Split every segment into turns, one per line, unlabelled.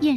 燕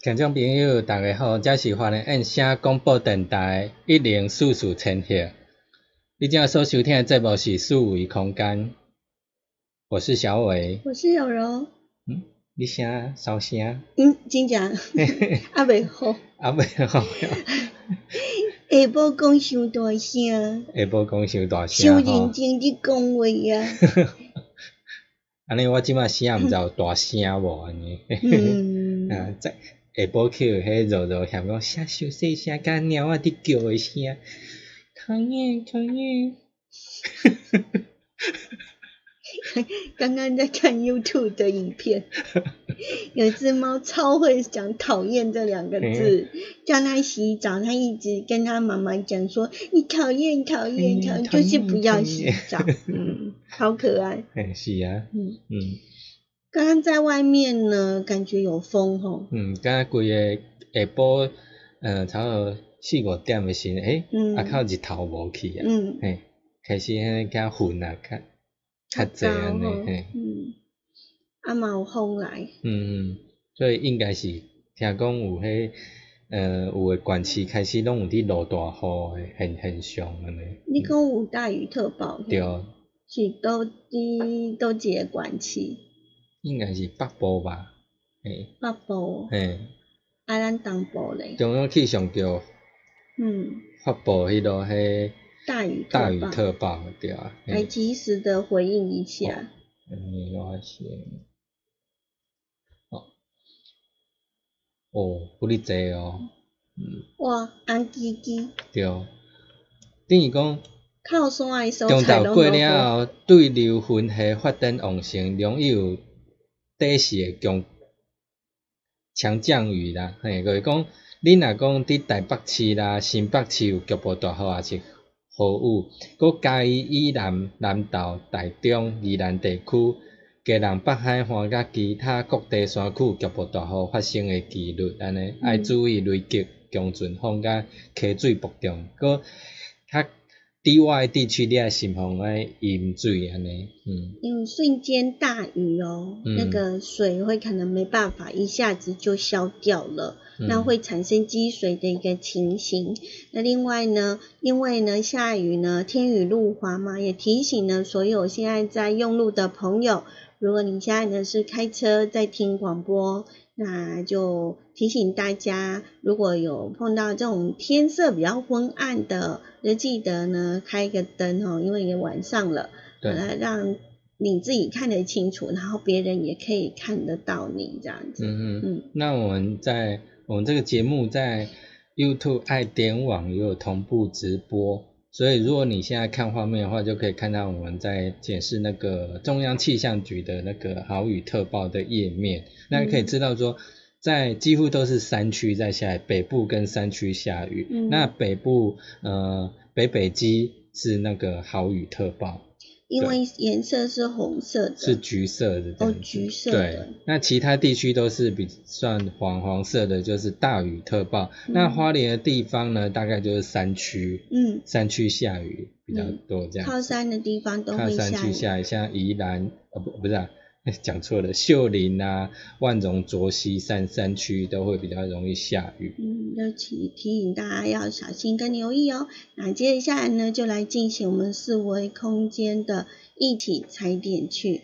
听众朋友，大家好，这是华人印声广播电台一零四四千赫。你正所收听的节目是四维空间，我是小伟。
我是柔柔，
嗯，你声收声，
嗯，真正啊袂好，
啊袂好，
下晡讲伤大声，
下晡讲伤大
伤
声
认
吼。
真伫讲话啊，
安尼我即马声毋知有大声无安尼。
嗯，
啊，再下晡起有迄柔柔嫌讲声小细声，甲猫仔伫叫诶声，讨厌讨厌。
刚刚在看 YouTube 的影片，有一只猫超会讲“讨厌”这两个字，叫它洗澡，它一直跟它妈妈讲说：“你讨厌，讨厌，
嗯
讨厌，
讨
就是
厌
不要
讨
洗
厌
澡。”嗯，好可爱。
嘿，是啊，
嗯，
嗯
刚刚在外面呢，感觉有风吼，
嗯，敢若规个下晡，呃，差不多四五点诶时，诶、
嗯
啊靠日头无去啊，
嗯，
嘿、开始迄较昏啊，较较济安尼，
糟吼
嘿，
嗯，啊嘛有风来，
嗯嗯，所以应该是听讲有迄、呃，有诶县市开始拢有伫落大雨诶现现象安尼，
你讲有大雨特报，
嗯对，
是都伫都一个县市，
应该是北部吧，嘿、
北部，
嘿，
啊咱东部咧，
中央气象局
嗯，
发布迄落迄
大雨特
大雨
报
特报，对啊，嘿
来及时的回应一下，
嗯，我先，哦，哦，不哩济哦，嗯，
哇，红叽叽，
对，哦等于讲
靠山的
中
蔬菜
昼
拢
过
落雨
了后，对流云系发展旺盛，容易有短时诶强强降雨啦，嘿，就是讲，你若讲伫台北市啦、新北市有局部大雨，也是雨雨，佮嘉义以南、南投、台中、宜兰地区。嘉南北海岸甲其他各地山区有局部大雨发生诶几率，安
嗯
尼爱注意雷击、强阵风甲溪水暴涨，佮较低洼诶地区你也慎防爱淹水安尼。嗯
因为瞬间大雨哦，
嗯
那个水会可能没办法一下子就消掉了，
嗯
那会产生积水的一个情形。那另外呢，因为呢下雨呢，天雨路滑嘛，也提醒呢所有现在在用路的朋友，如果你现在呢是开车在听广播，那就提醒大家，如果有碰到这种天色比较昏暗的，就记得呢开一个灯哦，因为也晚上了。
对
好，了，让你自己看得清楚，然后别人也可以看得到你这样子。
嗯嗯，
嗯，
那我们在我们这个节目在 YouTube 爱点网也有同步直播，所以如果你现在看画面的话，就可以看到我们在解释那个中央气象局的那个豪雨特报的页面，那可以知道说。在几乎都是山区在下雨，北部跟山区下雨。
嗯
那北部呃北北基是那个豪雨特报，
因为颜色是红色的，
是橘色的这
哦
样子，
橘色
对
的，，
那其他地区都是比算黄黄色的，就是大雨特报。那
嗯
花莲的地方呢，大概就是山区，
嗯，
山区下雨比较
嗯
多这样。
靠山的地方都
靠
会
山
下
区
雨。
下雨，像宜兰呃不不是啊， 讲错了，秀林啊、万荣、卓溪、山山区都会比较容易下雨。
嗯，要提提醒大家要小心跟留意哦。那接下来呢，就来进行我们四维空间的一体踩点去。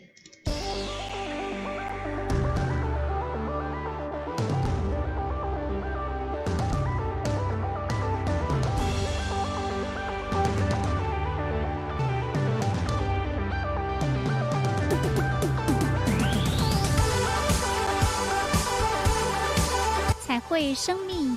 彩绘生命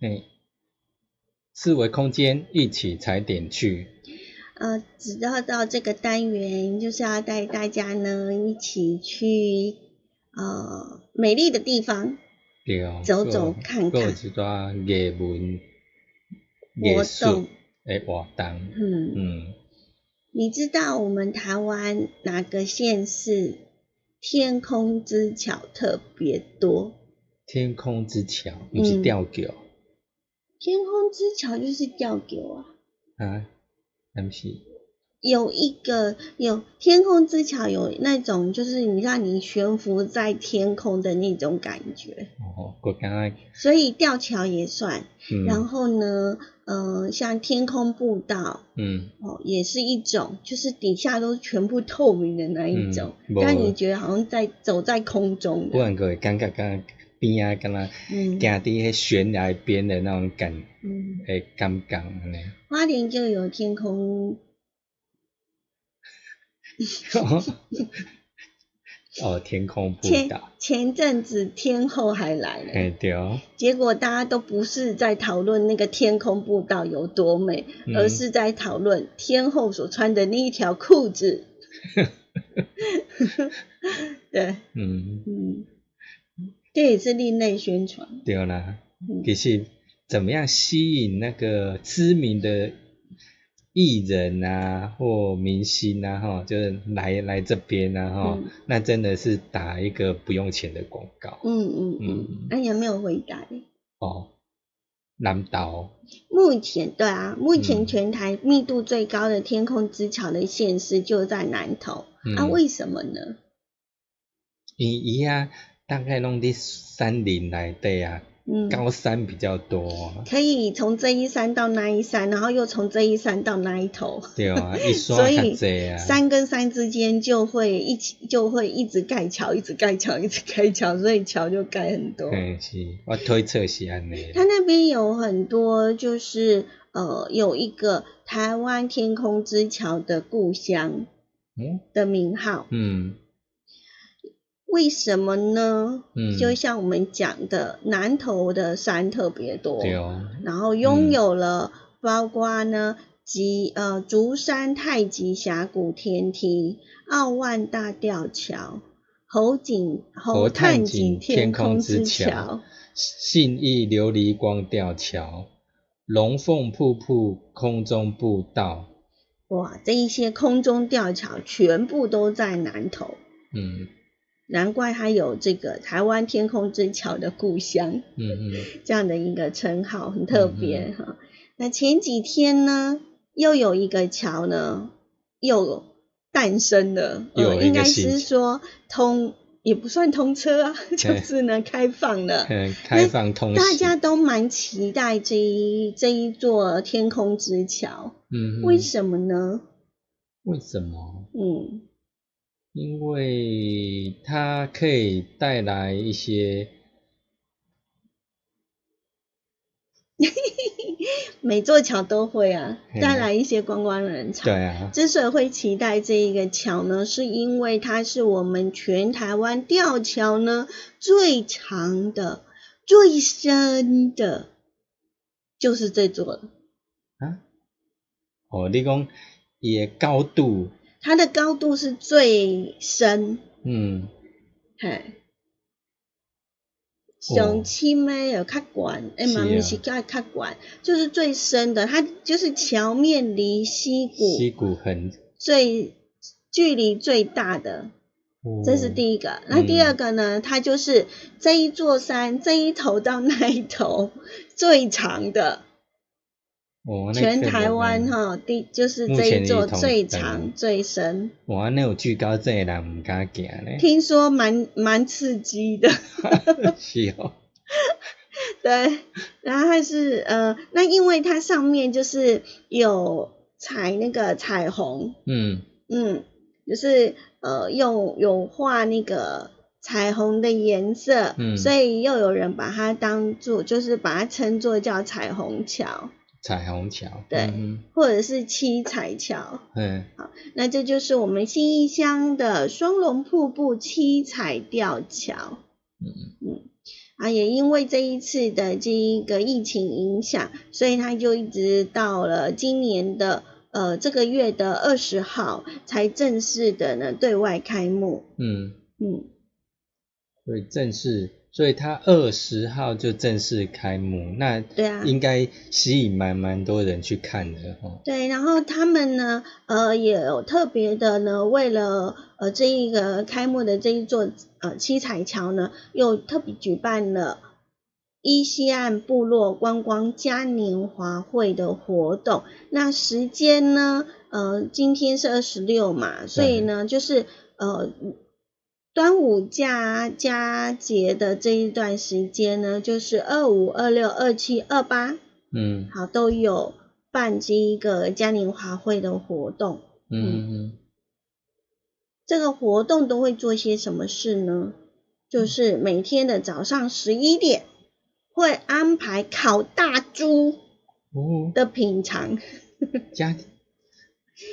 哎，四维空间一起踩点去。
呃，直到到这个单元，就是要带大家呢一起去呃美丽的地方。
对哦，
走走看看
还有一段艺文
活
艺术
动
诶活动，
嗯，
嗯，
你知道我们台湾哪个县市天空之桥特别多？
天空之桥，不
嗯
是吊桥、
天空之桥就是吊桥啊。
啊，那不是，
有一个有天空之桥，有那种就是你让你悬浮在天空的那种感觉，
哦，我刚刚，
所以吊桥也算。
嗯，
然后呢，呃，像天空步道
嗯，
哦，也是一种，就是底下都全部透明的那一种，
嗯
让
没
你觉得好像在走在空中
不
的。
然就会感觉敢边啊，敢若
嗯
行伫迄悬崖边的那种感，
嗯，
诶，感觉安尼。
花莲就有天空，
哦，天空步
前
道，
前阵子天后还来了。
诶，对哦，
结果大家都不是在讨论那个天空步道有多美，
嗯
而是在讨论天后所穿的那一条 裤子。对，
嗯，
嗯，这也是另类宣传。
对啦。
嗯
其实怎么样吸引那个知名的艺人啊或明星啊哈，就是来来这边啊哈，
嗯
那真的是打一个不用钱的广告
嗯嗯
嗯
嗯，哎、呀，没有回答耶。
哦。南岛
目前对啊，目前
嗯
全台密度最高的天空之桥的县市就在南投、啊，
嗯
为什么呢？
伊伊啊，大概拢伫山林内底啊，
嗯，
高山比较多啊，
可以从这一山到那一山，然后又从这一山到那一头。
对 啊，一
所
山较
以
济啊，
山跟山之间就会一起就会一直盖桥，一直盖桥，一直盖桥，所以桥就盖很多。
嗯是，我推测是安尼啦，
它那边有很多就是呃有一个台湾天空之桥的故乡
嗯
的名号，
嗯
为什么呢？
嗯，
就像我们讲的，南投的山特别多，
对哦，
然后拥
嗯
有了包括呢吉呃竹山太极峡谷天梯、奥万大吊桥、侯景
侯
侯
探
探
井
井
天空
空
之桥
桥，
信义琉璃光吊桥、龙凤瀑布空中步道，
哇，这一些空中吊桥全部都在南投。
嗯
难怪它有这个台湾天空之桥的故乡
嗯嗯
这样的一个称号，很特别
嗯
哈、那前几天呢，又有一个桥呢，又诞生了，
又有一
呃、
个
应该
新
是说通也不算通车啊， 就是呢开放了。
嗯，开放通
大
行，
家都蛮期待这一这一座天空之桥，
嗯，嗯
为什么呢？
为什么？
嗯，
因为它可以带来一些，
每座桥都会啊，
嘿
带来一些观光人潮。
对啊，
之所以会期待这一个桥呢，是因为它是我们全台湾吊桥呢最长的、最深的，就是这座了。
啊，哦，你讲伊的高度，
它的高度是最深，
嗯，
嘿。
哦
上七米有较悬，哎
是啊
嘛毋是较较悬，就是最深的，它就是桥面离溪谷
溪谷很，
最距离最大的，
哦嗯
这是第一个。那第二个呢？它就是这一座山这一头到那一头 最长的，
哦，那
全
更
台
有
湾
人
哈，第就是
目
这
前嗯
一座
一头
最
等
长最深。
哇，那有惧高症的人唔敢行咧，
听说蛮蛮刺激 的，
是哦，
对。然后它是呃，那因为它上面就是有彩那个彩虹，
嗯
嗯，就是呃用有画那个彩虹的颜色，
嗯
所以又有人把它当做，就是把它称作叫彩虹桥，
彩虹桥，
对
嗯
或者是七彩桥。
哼嗯，
那这就是我们信义乡的双龙瀑布七彩吊桥。
嗯
啊，也因为这一次的这一个疫情影响，所以它就一直到了今年的呃这个月的二十号才正式的呢对外开幕。
嗯，
嗯，
所以正式，所以它二十号就正式开幕，那
对啊。
应该吸引蛮蛮多人去看的哦，
对，然后他们呢，呃，也有特别的呢，为了呃这一个开幕的这一座呃七彩桥呢，又特别举办了伊西岸部落观光嘉年华会的活动。那时间呢，呃，今天是二十六嘛，所以呢，就是呃。端午假佳节的这一段时间呢，就是二五、二六、二七、二八，
嗯
好都有办这一个嘉年华会的活动。
嗯嗯
这个活动都会做些什么事呢？就是每天的早上十一点会安排烤大猪
哦，
的品尝，
加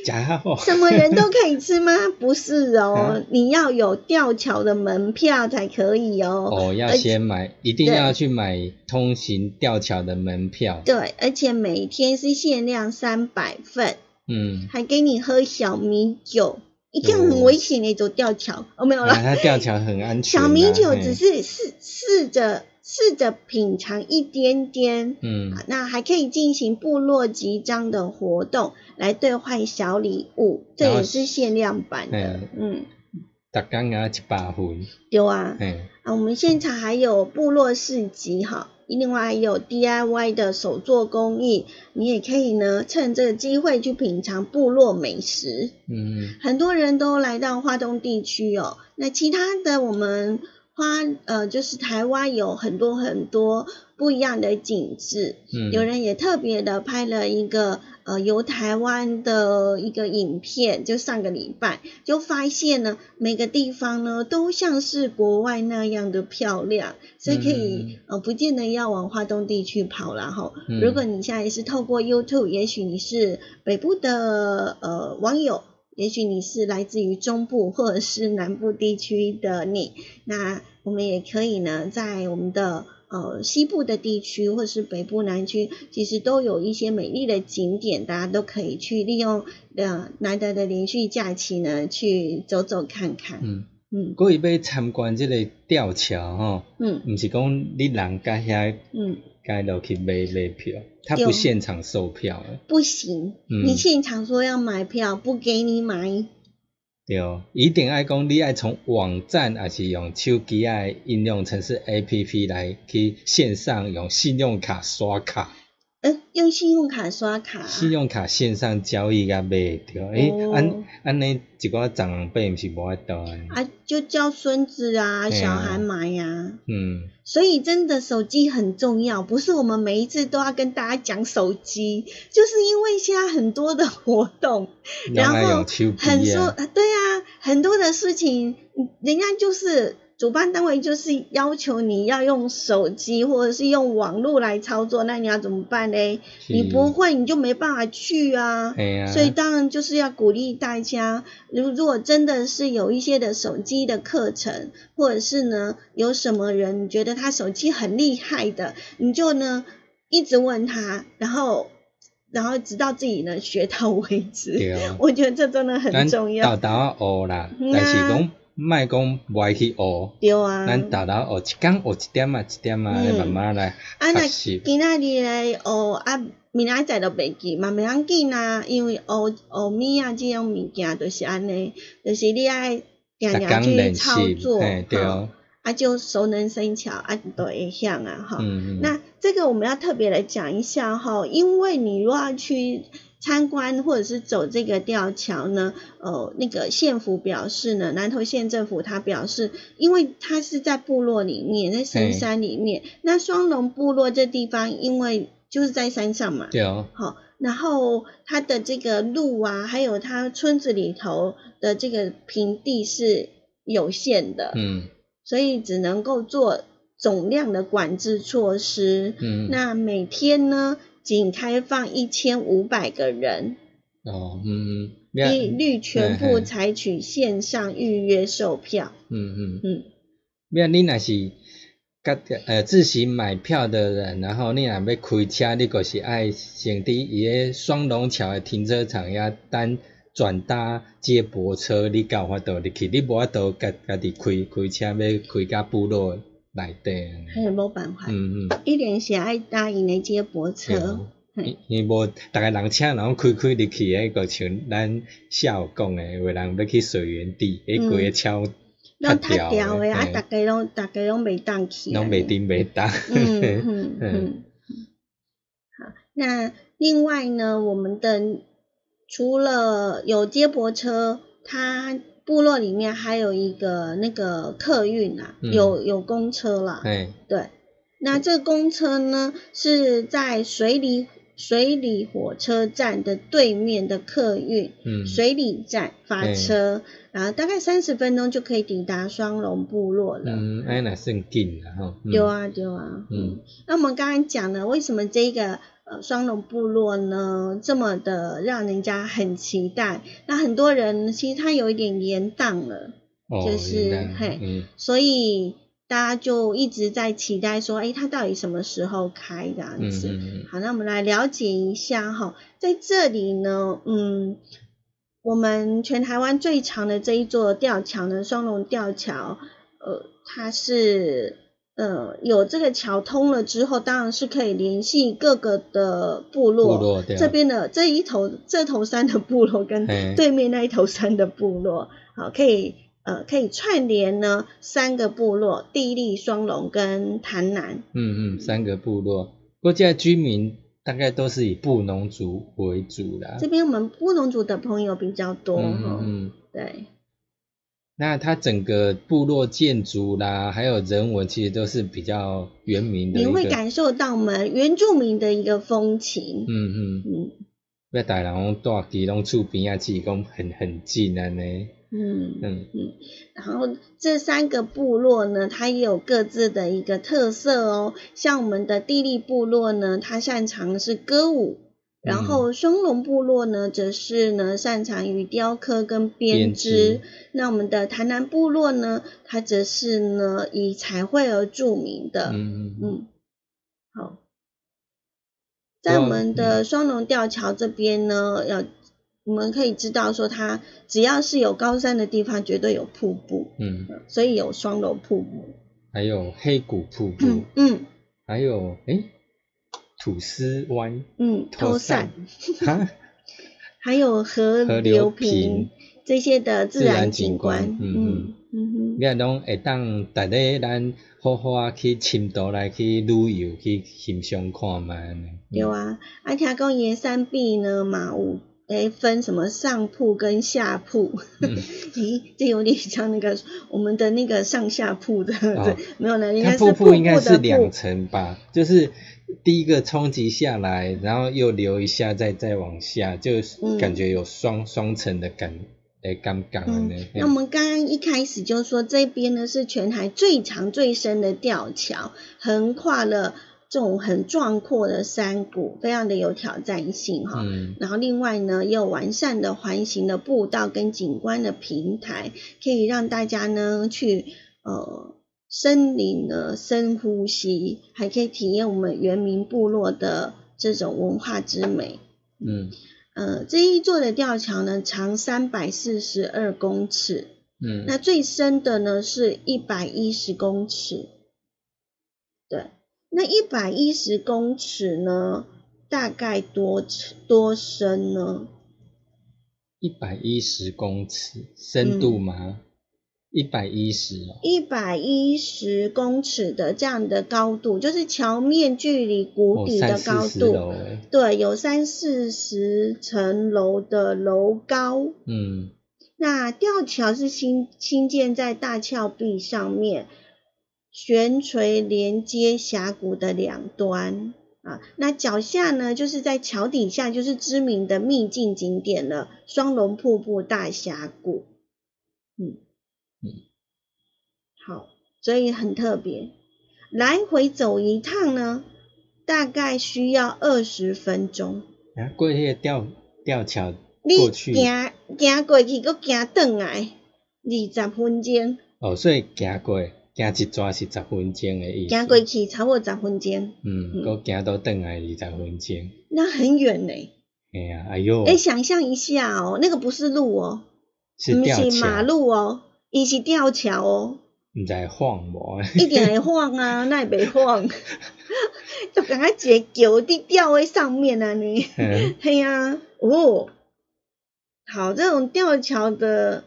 加哦，
什么人都可以吃吗？不是哦
啊，
你要有吊桥的门票才可以哦。
哦，要
而且
先买，一定
对
要去买通行吊桥的门票，
对，而且每天是限量三百份，
嗯，
还给你喝小米酒，一定很
哦
危险的走吊桥哦，没有啦
啊，。它吊桥很安全啊，
小米酒只
嘿
是试试着试着品尝一点点，
嗯
啊那还可以进行部落集章的活动来兑换小礼物，这
然后
也是限量版的
嗯。
嗯，
逐工啊一百分，
有啊
嘿，
啊，我们现场还有部落市集哈。另外还有 DIY 的手作工艺，你也可以呢趁这个机会去品尝部落美食。
嗯
很多人都来到花东地区哦。那其他的我们花呃，就是台湾有很多很多不一样的景致，
嗯，
有人也特别的拍了一个呃游台湾的一个影片，就上个礼拜就发现呢，每个地方呢都像是国外那样的漂亮，所以可以、呃不见得要往花东地区跑啦哈。
嗯
如果你现在是透过 YouTube，也许你是北部的呃网友。也许你是来自于中部或者是南部地区的你，那我们也可以呢，在我们的呃西部的地区或是北部南区，其实都有一些美丽的景点，大家都可以去利用呃难得的连续假期呢，去走走看看。
嗯，
嗯
过伊要参观即个吊桥吼，
嗯
毋是讲你人甲遐
嗯，
该落去买买票，它
对
不现场售票的，
不行，
嗯
你现场说要买票，不给你买，
对，哦一定爱讲你爱从网站还是用手机爱应用程式 A P P 来去线上用信用卡刷卡，
呃，用信用卡刷卡啊，
信用卡线上交易甲买对，诶、
哦
安安尼一寡十人八毋是无法度诶，
啊，就叫孙子啊、
对啊
小孩买啊呀、
嗯，
所以真的手机很重要，不是我们每一次都要跟大家讲手机，就是因为现在很多的活动，然
拢爱
后
用手
很
机
说
啊，
啊对啊，很多的事情，嗯人家就是主办单位就是要求你要用手机或者是用网络来操作，那你要怎么办嘞？
是
你不，会你就没办法去啊。
嘿啊，
所以当然就是要鼓励大家，如如果真的是有一些的手机的课程，或者是呢有什么人你觉得他手机很厉害的，你就呢一直问他，然后然后直到自己呢学到为止。
对，哦
我觉得这真的很
咱
重
豆
要。
豆啊学啦，
嗯啊
但是讲莫讲无爱去学。
对啊，
咱豆豆学一工学一点啊，一点啊，
嗯
慢慢来
啊
学
那
习。
今仔日来学啊，明仔载就袂记，嘛袂要紧啊，因为学学物啊即种物件就是安尼，就是你爱
逐
常
工
常去
练
操
习
作，，
嘿对
哈
哦，
啊，就熟能生巧，啊，都会晓啊，哈、
嗯嗯，
那这个我们要特别来讲一下哈，因为你如果要去参观或者是走这个吊桥呢，呃，那个县府表示呢，南投县政府它表示，因为它是在部落里面，在深
嘿
山里面，那双龙部落这地方因为就是在山上嘛，
对哦，
好，然后它的这个路啊，还有它村子里头的这个平地是有限的，
嗯
所以只能够做总量的管制措施。
嗯，
那每天呢，仅开放一千五百个人，
哦嗯嗯，你看
一律全
嘿
部
嘿
采取线上预约售票。
嗯嗯，
嗯，
你看你若是甲呃自行买票的人，然后你若要开车，你就是爱先伫伊个双龙桥的停车场遐等转搭接驳车，你才有法度入去，你无法度家家己开开车要开到部落内底安尼。
还有没办法？
嗯嗯，
一连是爱搭伊的接驳
对
车。
哦。
嘿
伊伊无，逐个人车然后开开入去，诶，个像咱下午讲诶，有的人要去水源地，迄
嗯
规个车
拢
踢
太掉
诶
的啊，
嘿
大家拢大家拢袂当去。
拢袂。顶袂当。
嗯嗯嗯
嗯。
好，那另外呢，我们的除了有接驳车，它部落里面还有一个那个客运啊，
嗯哎
有有公车啦。
嘿，
对，那这个公车呢是在水里水里火车站的对面的客运。
嗯，
水里站发车，然后大概三十分钟就可以抵达双龙部落了。
嗯，安若算紧啦吼。嗯
对，啊，对啊，嗯
嗯。
那我们刚刚讲了，为什么这个呃双龙部落呢这么的让人家很期待？那很多人其实他有一点延宕了，
哦
就是
原来
嘿
嗯
所以大家就一直在期待说，哎，它到底什么时候开这样
嗯
子？
嗯
好，那我们来了解一下哈，在这里呢，嗯，我们全台湾最长的这一座吊桥呢，双龙吊桥，呃，它是呃有这个桥通了之后，当然是可以联系各个的部
部
落，
落对啊
这边的这一头这头山的部落跟
嘿
对面那一头山的部落，好，可以呃可以串联呢三个部落，地利、双龙跟潭南。
嗯嗯，三个部落，国家居民大概都是以布农族为主啦。
这边我啊们布农族的朋友比较多，
嗯嗯
哈
嗯，
对，
那它整个部落建筑啦，还有人文，其实都是比较原民的一
你
个。
会感受到我们原住民的一个风情。
嗯嗯，
嗯
要大人拢住伫拢厝边啊，只是讲很很近安尼。
嗯
嗯
然后这三个部落呢，它也有各自的一个特色哦。像我们的地利部落呢，它擅长是歌舞。
嗯
然后双龙部落呢，则是呢擅长于雕刻跟编
编
织
织。
那我们的台南部落呢，它则是呢以彩绘而著名的。
嗯嗯，
嗯，好，在我们的双龙吊桥这边呢，要我们可以知道说，它只要是有高山的地方，绝对有瀑布，
嗯，
所以有双龙瀑布。
还有黑谷瀑布，
嗯嗯
还有诶土司湾
嗯，头
头
伞
哈，
还有河
河
流
流
平
平，
这些的自然
然
景
景观
观。嗯嗯哼。
你啊拢会当逐日咱好好啊去深度来去旅游去欣赏看觅安尼。
对啊，啊，听讲伊的山壁呢嘛有诶分什么上铺跟下铺，
嗯
咦，这有点像那个我们的那个上下铺的，
哦
没有呢，人家
它
是
瀑
瀑布
应该是
的
两
瀑，
层吧，就是第一个冲击下来，然后又流一下，再再往下，就是
嗯
感觉有双双层的感，诶，感觉
嗯
呢。
那我们刚刚一开始就说这边呢是全台最长最深的吊桥，横跨了这种很壮阔的山谷，非常的有挑战性哈、
嗯
然后另外呢，也有完善的环形的步道跟景观的平台，可以让大家呢去呃森林呢深呼吸，还可以体验我们原民部落的这种文化之美。
嗯
呃，这一座的吊桥呢，长三百四十二公尺，
嗯，
那最深的呢是一百一十公尺，对，那一百一十公尺呢，大概多多深呢？
一百一十公尺深度
嗯
吗？一百一十哦，
一百一十公尺的这样的高度，就是桥面距离谷
哦
底的
三
高
四十
度，
楼诶，
对，有三四十层楼的楼高。
嗯
那吊桥是新新建在大峭壁上面，悬垂连接峡谷的两端啊。那脚下呢，就是在桥底下，就是知名的秘境景点了——双龙瀑布大峡谷。嗯
嗯，
好，所以很特别。来回走一趟呢，大概需要二十分钟。
啊，过去吊吊桥
你
过去
行行过去，搁行转来，二十分钟，
哦，所以行过行一转是十分钟的意思。
行过去差不多十分钟，
嗯，搁行到转来二十分钟。
那很远呢、
哎呀，哎呦，
哎、想象一下哦，那个不是路哦，
是
不
吊
是
桥，
马路哦，伊是吊 桥哦，
毋知会晃无？
一定会晃啊，那也袂晃，就感觉一个桥伫吊在上面啊你。
嗯
嘿呀、哦，好，这种吊桥的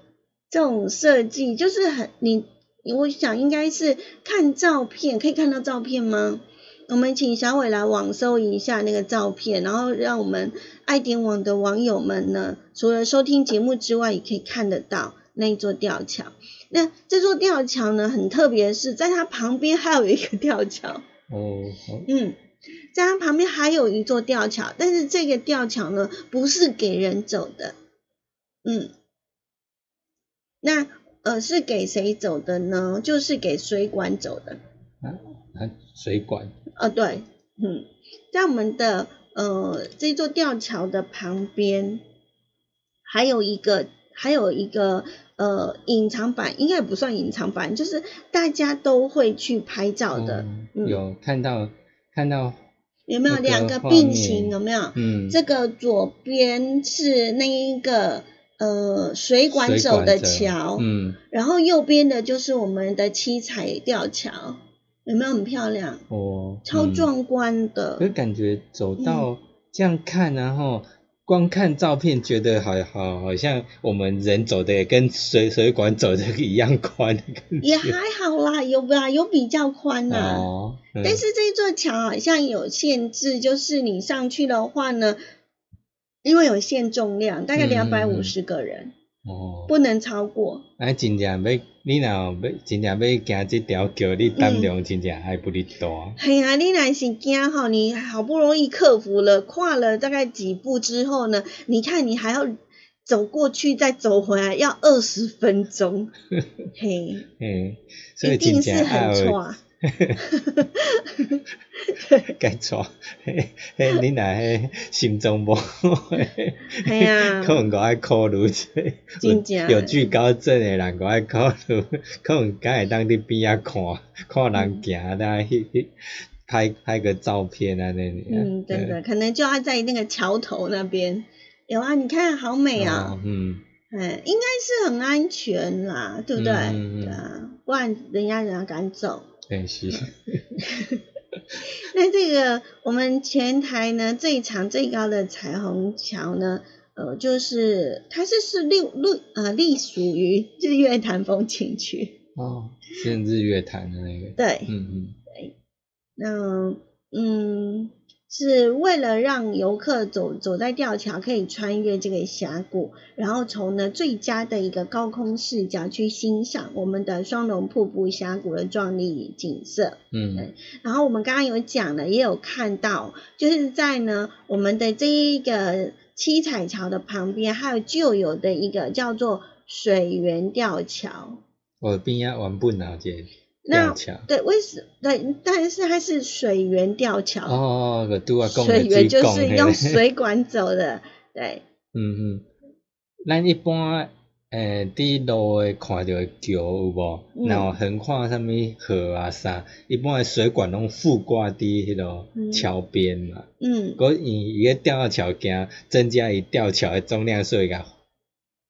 这种设计，就是很你，我想应该是看照片，可以看到照片吗？我们请小伟来网搜一下那个照片，然后让我们爱点网的网友们呢，除了收听节目之外，也可以看得到那一座吊桥。那这座吊桥呢，很特别的是，在它旁边还有一个吊桥。
哦，哦
嗯，在它旁边还有一座吊桥，但是这个吊桥呢不是给人走的，嗯，那呃是给谁走的呢？就是给水管走的，
啊，水管，
哦对，嗯，在我们的呃这座吊桥的旁边还有一个还有一个呃隐藏版，应该也不算隐藏版，就是大家都会去拍照的，
嗯
嗯
有看到看到，
有没有
那个
两个
画
并
面
行？有没有？
嗯，
这个左边是那一个呃水管
水
走的
者
桥，
嗯，
然后右边的就是我们的七彩吊桥，有没有很漂亮？
哦，
超
嗯，
壮观的。嗯
可是感觉走到这样看，然后。光看照片觉得好好好像我们人走的也跟水水管走的一样宽的感
也
觉
还好啦，有吧，有比较宽啦、
哦，嗯
但是这座桥好像有限制，就是你上去的话呢，因为有限重量，大概
嗯
两百五
嗯
十个人，
哦，
不能超过。
啊，真正要你若有要真正要行这条桥，你胆量真正还不哩大。
嘿呀、你若是惊吼，你好不容易克服了，跨了大概几步之后呢，你看你还要走过去再走回来，要二十 分钟，嘿，
嗯，所
一
以真
定是
正
很
要有
差。
该错，嘿，嘿，你若迄心中无，
嘿呀、
可能个爱考虑者，有
嗯真正
有惧高症的人个爱考虑， 可能敢会当伫边仔看，看 人行，咱迄迄拍拍个照片啊安尼尔。
嗯，真的，可能就要在那个桥头那边。有啊，你看好美
嗯，
啊
哦，嗯，
哎、应该是很安全啦，对不对？
嗯嗯嗯
对啊，不然人家人家敢走。
对是，
嗯那这个我们前台呢最长最高的彩虹桥呢，呃，就是它是是六六呃隶属于日月潭风景区，
哦，是日月潭的那个，
对，
嗯
那嗯，是为了让游客走走在吊桥可以穿越这个峡谷，然后从呢最佳的一个高空视角去欣赏我们的双龙瀑布峡谷的壮丽景色。
嗯嗯
对，然后我们刚刚有讲了，也有看到，就是在呢我们的这一个七彩桥的旁边，还有旧有的一个叫做水源吊桥。
我边啊原本啊一个吊
那
桥，
对，为什对？但是它是水源吊桥。
哦，个拄啊讲
水源就
讲
是
嘿
用水管走的，对，
嗯嗯，咱一般诶，伫路诶看着桥有无？
嗯
然后横跨啥物河啊啥，一般诶水管拢附挂伫迄落
嗯
桥边嘛。
嗯，
佮伊伊个吊到桥行，增加伊吊桥诶重量，所以甲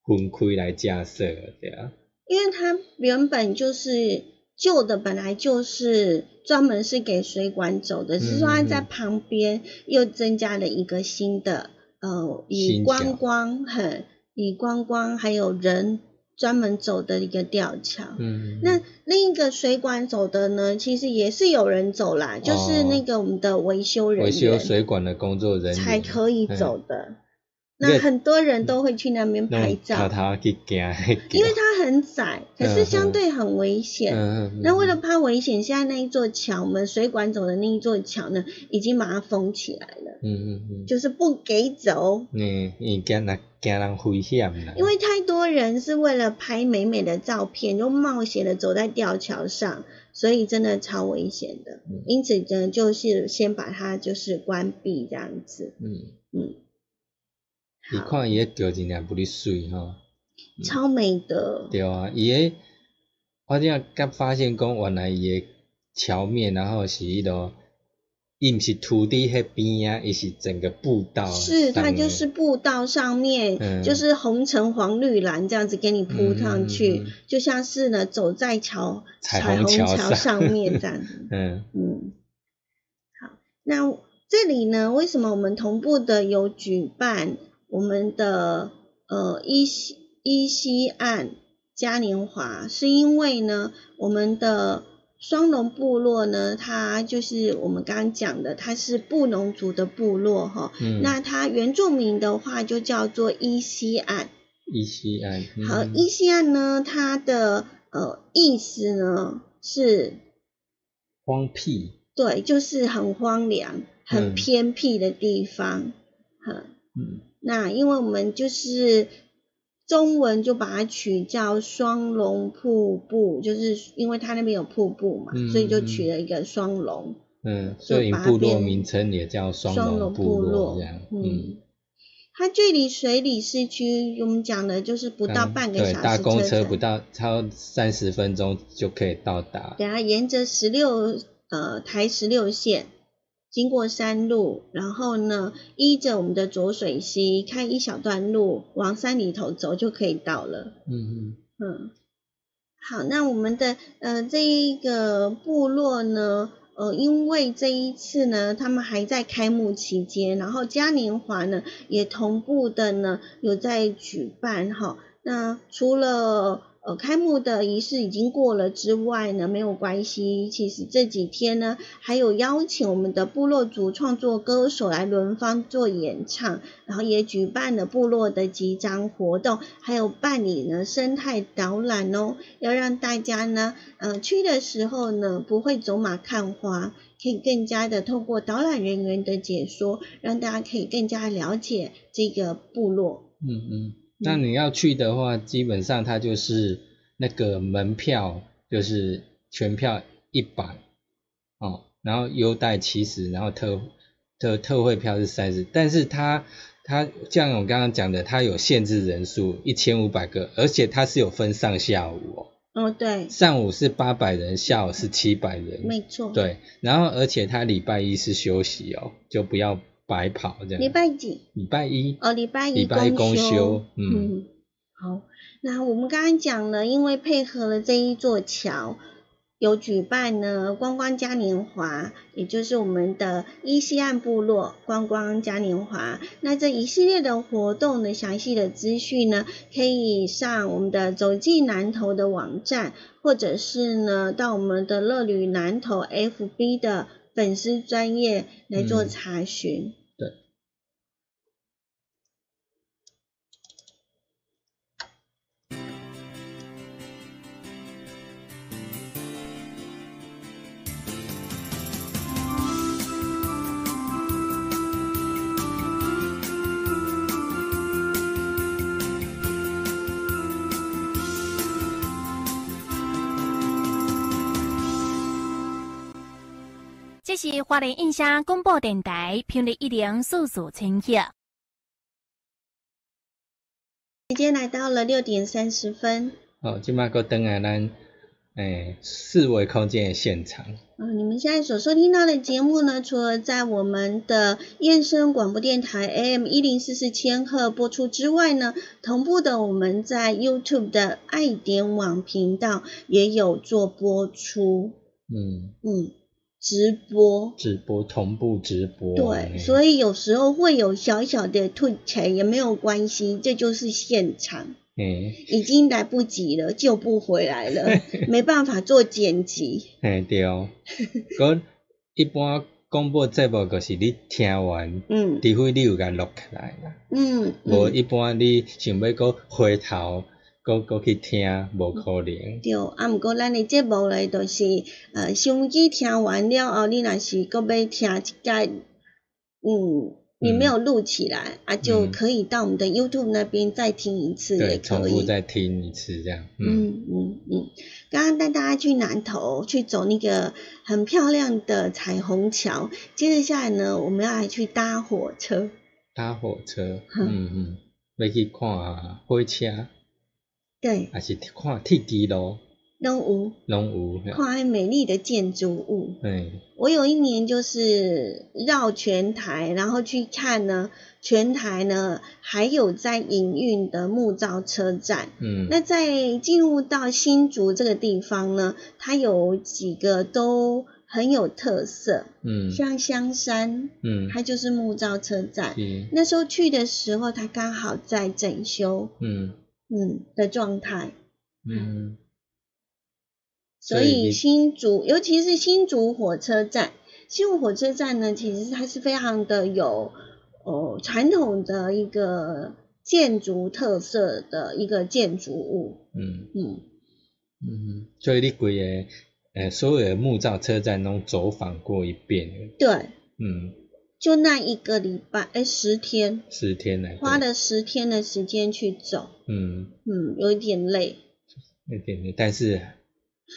分开来架设的对啊。
因为它原本就是旧的，本来就是专门是给水管走的，只是说它在
嗯嗯
旁边又增加了一个新的，呃，以
新
观
角
光很以观光还有人专门走的一个吊桥，
嗯，
那另一个水管走的呢，其实也是有人走啦，就是
哦
那个我们的维修人员
维修水管的工作人员嗯
才可以走的。那
那
很多人都会去那边拍
弄
照
偷，偷去行迄
因为它很窄，可是相对很危险。
嗯嗯，
那为了怕危险，现在那一座桥，我们水管走的那一座桥呢，已经把它封起来了，
嗯嗯嗯，
就是不给走。
嗯，伊惊人惊人危险啦。
因为太多人是为了拍美美的照片，就冒险的走在吊桥上，所以真的超危险的
嗯。
因此呢，就是先把它就是关闭这样子，
嗯。
嗯，
伊
好，
看伊个桥真正不哩水吼，嗯
超美的，
对啊，伊个我正刚发现讲，原来伊个桥面然后是迄落，伊毋是土地迄边啊，伊是整个步道啊上的。
是它就是步道上面，
嗯
就是红橙黄绿蓝这样子给你铺上去，
嗯嗯嗯嗯
就像是呢走在桥
彩
虹
虹桥
桥
上，
上面这样子
嗯
嗯，好，那这里呢，为什么我们同步的有举办我们的呃依西依西岸嘉年华？是因为呢，我们的双龙部落呢，它就是我们刚刚讲的，它是布农族的部落哈、
嗯，
那它原住民的话就叫做依西岸，
伊西安，嗯
好，伊西岸呢，它的呃意思呢是
荒僻，
对，就是很荒凉、很
嗯
偏僻的地方。嗯，
嗯
那因为我们就是中文就把它取叫双龙瀑布，就是因为它那边有瀑布嘛，所以就取
嗯
了一个双龙。
嗯，所以
把它
部落
变
名称也叫双
龙
龙部
落
这样，，
嗯。它距离水里市区，我们讲的就是不到
嗯
半个
对
小时
搭公
车
车
程
不到超三十分钟就可以到达，
等下沿着十六呃台十六线，经过山路，然后呢依着我们的浊水溪开一小段路往山里头走就可以到了。
嗯
嗯，好，那我们的呃这一个部落呢，呃，因为这一次呢，他们还在开幕期间，然后嘉年华呢也同步的呢有在举办哈。那除了呃开幕的仪式已经过了之外呢，没有关系，其实这几天呢还有邀请我们的部落族创作歌手来轮番做演唱，然后也举办了部落的集章活动，还有办理呢生态导览哦，要让大家呢，呃，去的时候呢不会走马看花，可以更加的透过导览人员的解说，让大家可以更加了解这个部落。
嗯嗯嗯。那你要去的话，基本上它就是那个门票就是全票一百哦，然后优待七十，然后特特特惠票是三十，但是它它像我刚刚讲的，它有限制人数一千五百个，而且它是有分上下午哦，
哦，对，
上午是八百人，下午是七百人，
没错。，
对，然后而且他礼拜一是休息哦，就不要白跑这样。
礼拜几？
礼拜一，
哦，礼拜一
礼拜一公
休
休，嗯
好，那我们刚刚讲了，因为配合了这一座桥，有举办呢观光嘉年华，也就是我们的伊西岸部落观光嘉年华。那这一系列的活动的详细的资讯呢，可以上我们的走进南投的网站，或者是呢到我们的乐旅南投 FB 的粉丝专业来做
嗯
查询。
这是花莲印象广播电台频率一零四四千赫。
时间来到了六点三十分，
好，即摆佫转来咱诶四维空间的现场。
嗯、你们现在所收听到的节目呢，除了在我们的燕声广播电台 AM 一零四四千赫播出之外呢，同步的我们在 YouTube 的爱点网频道也有做播出，
嗯，
嗯，直播。
直播同步直播。
对，所
以
以有时候会有小小的退钱也没有关系，这就是现场，
诶
已经来不及了，救不回来了，没办法做剪辑。
嘿对、哦。佮一般广播节目就是你听完，
嗯
除非你有甲录起来啦。
嗯，
无、
嗯
一般你想要佫回头佫佫去听，无可能。
对，啊，毋过咱的节目咧，就是呃，相机听完了后，你若是搁要听一届，嗯，你没有录起来、啊，就
嗯
可以到我们的 YouTube 那边再听一次，
对，
也
重
可
复
以。
再听一次这样。嗯
嗯嗯嗯，刚刚带大家去南头去走那个很漂亮的彩虹桥，接着下来呢，我们要来去搭火车。
搭火车，
嗯
嗯嗯，要去看火车，
对，
也是看铁轨路，
东吴
拢有。
看爱美丽的建筑物。
嘿，
我有一年就是绕全台，然后去看呢，全台呢还有在营运的木造车站。
嗯，
那在进入到新竹这个地方呢，它有几个都很有特色，
嗯
像香山，
嗯，
它就是木造车站。
是，
那时候去的时候，它刚好在整修，
嗯
嗯的状态，
嗯，
所
所以
以
你
新竹，尤其是新竹火车站，新竹火车站呢，其实它是非常的有哦传统的一个建筑特色的一个建筑物，
嗯
嗯，
嗯，所以你规个诶所有的木造车站拢走访过一遍，
对，
嗯，
就那一个礼拜，哎，十天，
十天来
花
的，
了十天的时间去走，
嗯，
嗯，有一点累，
一点点，但是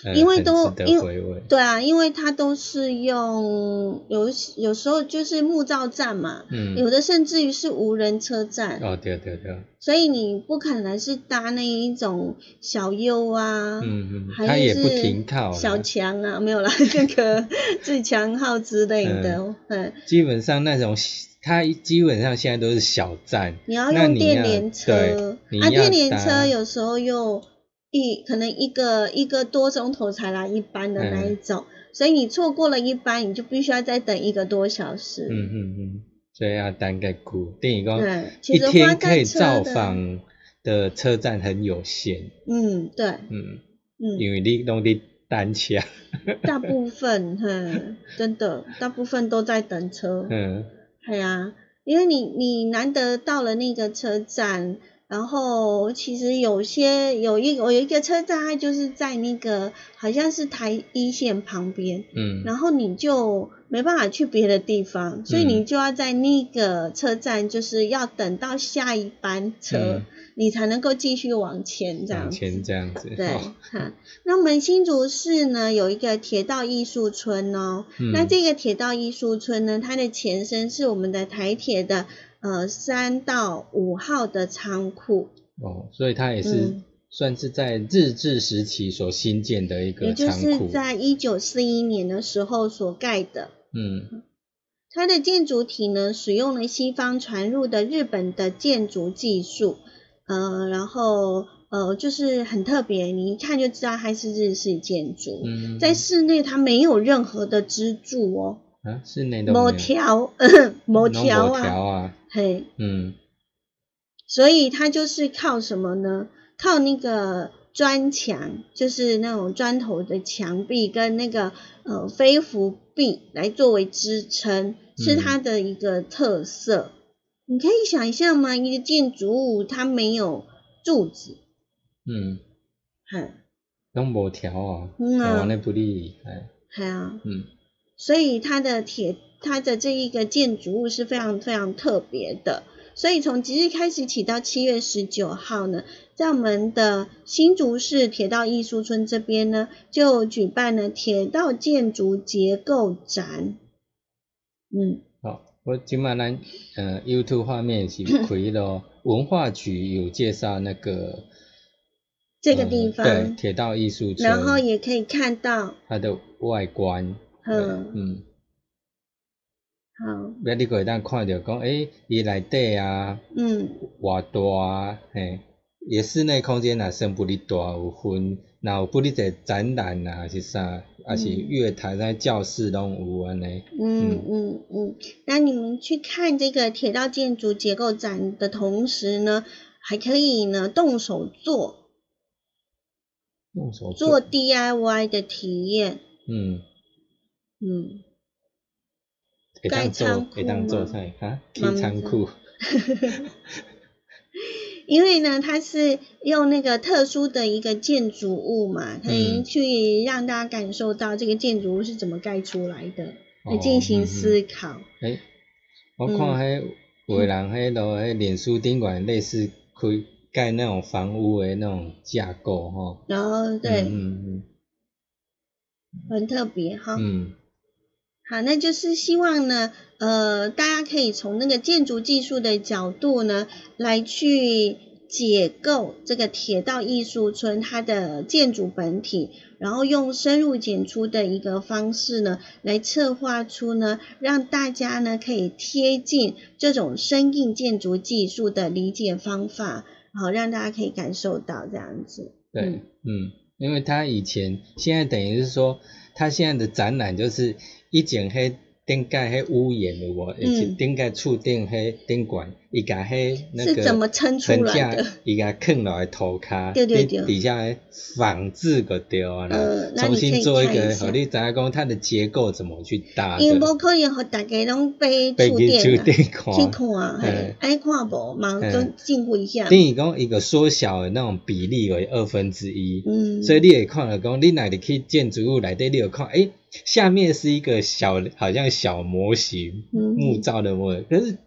呃
因为
很
都
值得
因
回味，
对啊，因为它都是用有有时候就是木造站嘛，有
嗯，
的甚至于是无人车站，
哦对对对，
所以你不可能是搭那一种小优啊，
嗯嗯，
还
它也
是
不停靠啦，
小强啊，没有啦，那个自强号之类的，嗯，
基本上那种它基本上现在都是小站，
你要
那
用
你
电
要
联车
对，你
啊，
要
电联
搭
车有时候又一可能一个一个多钟头才来一班的那一
嗯
种，所以你错过了一班，你就必须要再等一个多小时，
嗯嗯嗯，所以要单概估，等于讲。
对，其
嗯一
实花
天可
在
以
车
造
的，
访的车站很有限，
嗯，对，嗯
嗯，因为你拢伫单 车，
大部分， 嘿，真的，大部分都在等车。
嗯
对啊，因为你你难得到了那个车站，然后其实有些有一有一个车站，它就是在那个好像是台一线旁边，
嗯
然后你就没办法去别的地方，所以你
嗯
就要在那个车站，就是要等到下一班车，
嗯
你才能够继续往前这样
往
子。
前这样子，
对，
哦
哈，那我们新竹市呢有一个铁道艺术村哦，
嗯
那这个铁道艺术村呢，它的前身是我们的台铁的呃三到五号的仓库，
哦，所以它也是、
嗯
算是在日治时期所新建的一
也
个
就
仓
是
库，
在一九四一年的时候所盖的。
嗯
它的建筑体呢，使用了西方传入的日本的建筑技术，呃，然后呃，就是很特别，你一看就知道它是日式建筑。
嗯，
在室内它没有任何的支柱哦，
啊室内都没
某
有，嗯
条 某
拢
条
无条
啊，
啊，
嘿，
嗯
所以它就是靠什么呢？靠那个砖墙，就是那种砖头的墙壁跟那个呃飞浮壁来作为支撑，是它的一个特色。你可以想象吗？一个建筑物它没有柱子，
嗯，
嘿，
拢无条啊，
嗯啊
台湾的不利，哎，
嘿啊，
嗯
所以它的铁，它的这一个建筑物是非常非常特别的。所以从即日开始起到七月十九号呢，在我们的新竹市铁道艺术村这边呢，就举办了铁道建筑结构展。嗯，
好，哦我今晚咱呃 YouTube 画面 是开了，文化局有介绍那个
这个
呃
地方，
对铁道艺术村，
然后也可以看到，
它的外观，对
嗯
嗯。
好，
要你可会当看着讲，诶、伊内底啊，
嗯，
偌大啊，嘿，伊室内空间也算不哩大，有分，若有不哩侪展览啊，还是啥，还是
嗯
乐坛啊、教室拢有安尼。
嗯嗯嗯，那你们去看这个铁道建筑结构展的同时呢，还可以呢动手做，
用手
做 DIY 的体验。
嗯，
嗯，
会当
盖
做
仓库
会当做
吗
啥？哈，去
妈咪
仓
知
库，
因为呢，它是用那个特殊的一个建筑物嘛，可以
嗯
去让大家感受到这个建筑物是怎么盖出来的，来进
哦嗯
行
嗯
思考。
诶、我看迄、有的人迄落迄脸书顶管类似开盖那种房屋的那种架构吼。
然后对，
嗯
很特别哈。
嗯嗯
好，那就是希望呢，呃，大家可以从那个建筑技术的角度呢，来去解构这个铁道艺术村它的建筑本体，然后用深入简出的一个方式呢，来策划出呢，让大家呢可以贴近这种生硬建筑技术的理解方法，好，让大家可以感受到这样子。
对，
嗯
嗯因为他以前现在等于是说，他现在的展览就是一整黑顶盖黑屋檐的我，以
嗯
及顶盖厝顶黑顶管，伊甲黑那个
是怎么撑出来的
层架伊甲坑落来涂骹，
对对
你
对
底下的仿制个对啊啦，
呃那
重
你可
新
以
做一
看一
个，
下
好你知影讲它的结构怎么去搭的，
因为不可能和大家拢背
被
触
去
电啊。
顶
去
看。
看，嘿
嘿，
爱看无嘛，
哦嘿
都进步一下。
等于讲一个缩小的那种比例为二分之一，
嗯，
所以你也看了讲，你哪里去建筑物来对，你有看，诶，下面是一个小，好像小模型，
嗯
木造的模型，可是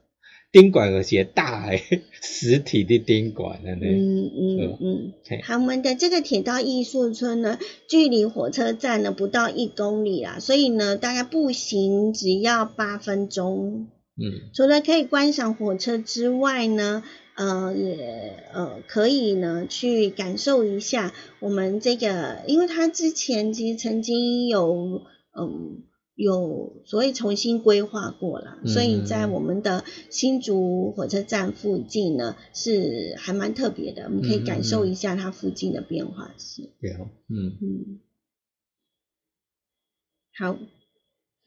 钉管有些大诶、 实体的钉管啊安尼，
嗯嗯嗯
嘿，
好，我们的这个铁道艺术村呢，距离火车站呢不到一公里啦，所以呢，大概步行只要八分钟。
嗯
除了可以观赏火车之外呢，呃，也呃可以呢去感受一下我们这个，因为它之前其实曾经有嗯有所谓重新规划过啦，
嗯
所以在我们的新竹火车站附近呢是还蛮特别的，我们可以
嗯
感受一下它附近的变化是。
对哦，嗯
嗯，好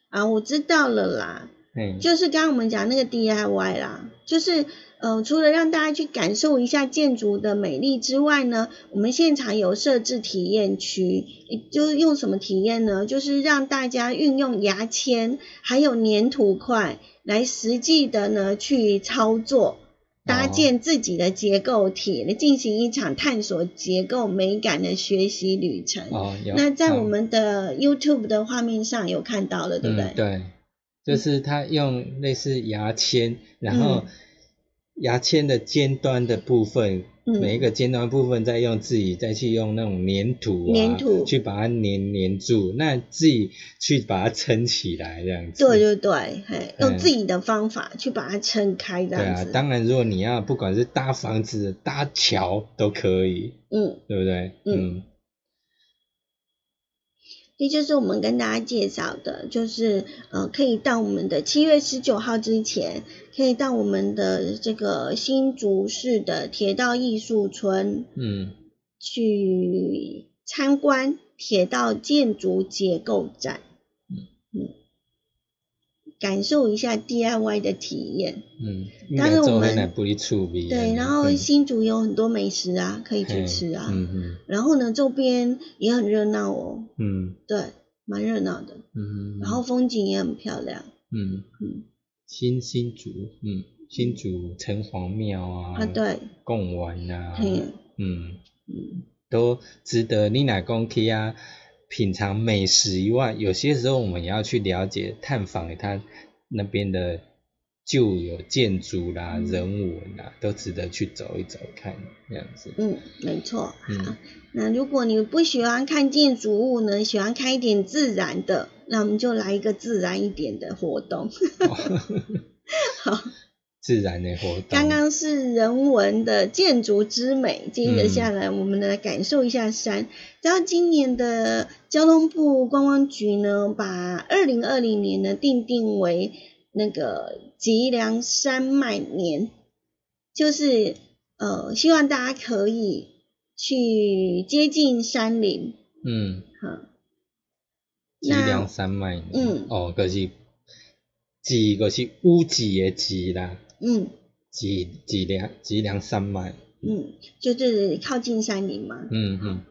啊，我知道了啦。
嘿，
就是刚刚我们讲那个 DIY 啦，就是呃，除了让大家去感受一下建筑的美丽之外呢，我们现场有设置体验区，也就是用什么体验呢？就是让大家运用牙签还有粘土块来实际的呢去操作。
哦
搭建自己的结构体，来进行一场探索结构美感的学习旅程。
哦有。
那在
好
我们的 YouTube 的画面上有看到了，对不对？
嗯、对，就是他用类似牙签，然后
嗯
牙签的尖端的部分，
嗯
每一个尖端部分再用自己再去用那种粘土、啊，
粘土
去把它粘粘住，那自己去把它撑起来这样子。
对对对，嘿，用
嗯
自己的方法去把它撑开这
对
样
啊
子。，
当然如果你要不管是搭房子、搭桥都可以，
嗯，
对不对？
嗯
嗯
这就是我们跟大家介绍的，就是呃，可以到我们的七月十九号之前，可以到我们的这个新竹市的铁道艺术村，
嗯
去参观铁道建筑结构展，嗯，感受一下 DIY 的体验。
嗯，
但是我
做
们
那不离趣味的。
对，然后
嗯
新竹有很多美食啊，可以去
嘿
吃啊。
嗯嗯
然后呢，周边也很热闹哦，
嗯
对，蛮热闹的。
嗯，
然后风景也很漂亮，
嗯
嗯
新新竹，嗯新竹城隍庙啊，
啊，对，
贡丸啊，
嘿，
嗯，
嗯
都值得你奶公去啊。品尝美食以外，有些时候我们也要去了解、探访它那边的旧有建筑啦、
嗯
人文啦，都值得去走一走看，这样子。
嗯，没错。
嗯
那如果你不喜欢看建筑物呢，喜欢看一点自然的，那我们就来一个自然一点的活动。
自然的活动。
刚刚是人文的建筑之美，接着
嗯
下来我们来感受一下山。然后今年的交通部观光局呢，把二零二零年呢定定为那个脊梁山脉年，就是呃，希望大家可以去接近山林，
嗯，
哈，
脊梁山脉呢，
嗯
哦，就是脊就是乌脊的脊啦，
嗯
脊脊梁脊梁山脉，
嗯，就是靠近山林嘛，
嗯嗯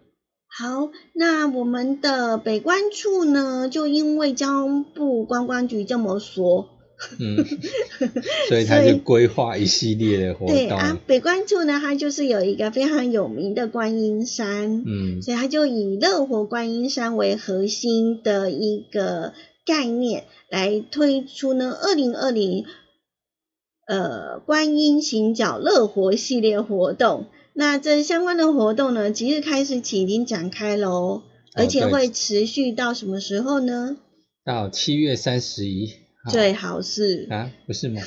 好，那我们的北关处呢，就因为交通部观光局这么说，
嗯，所以他
所以
就规划一系列的活
对
动，
啊，北关处呢，它就是有一个非常有名的观音山，
嗯
所以它就以乐活观音山为核心的一个概念来推出呢，二零二零呃观音行脚乐活系列活动。那这相关的活动呢，即日开始起已经展开喽，而且
哦对
会持续到什么时候呢？
到七月三十一，
最好是、
啊，不是吗？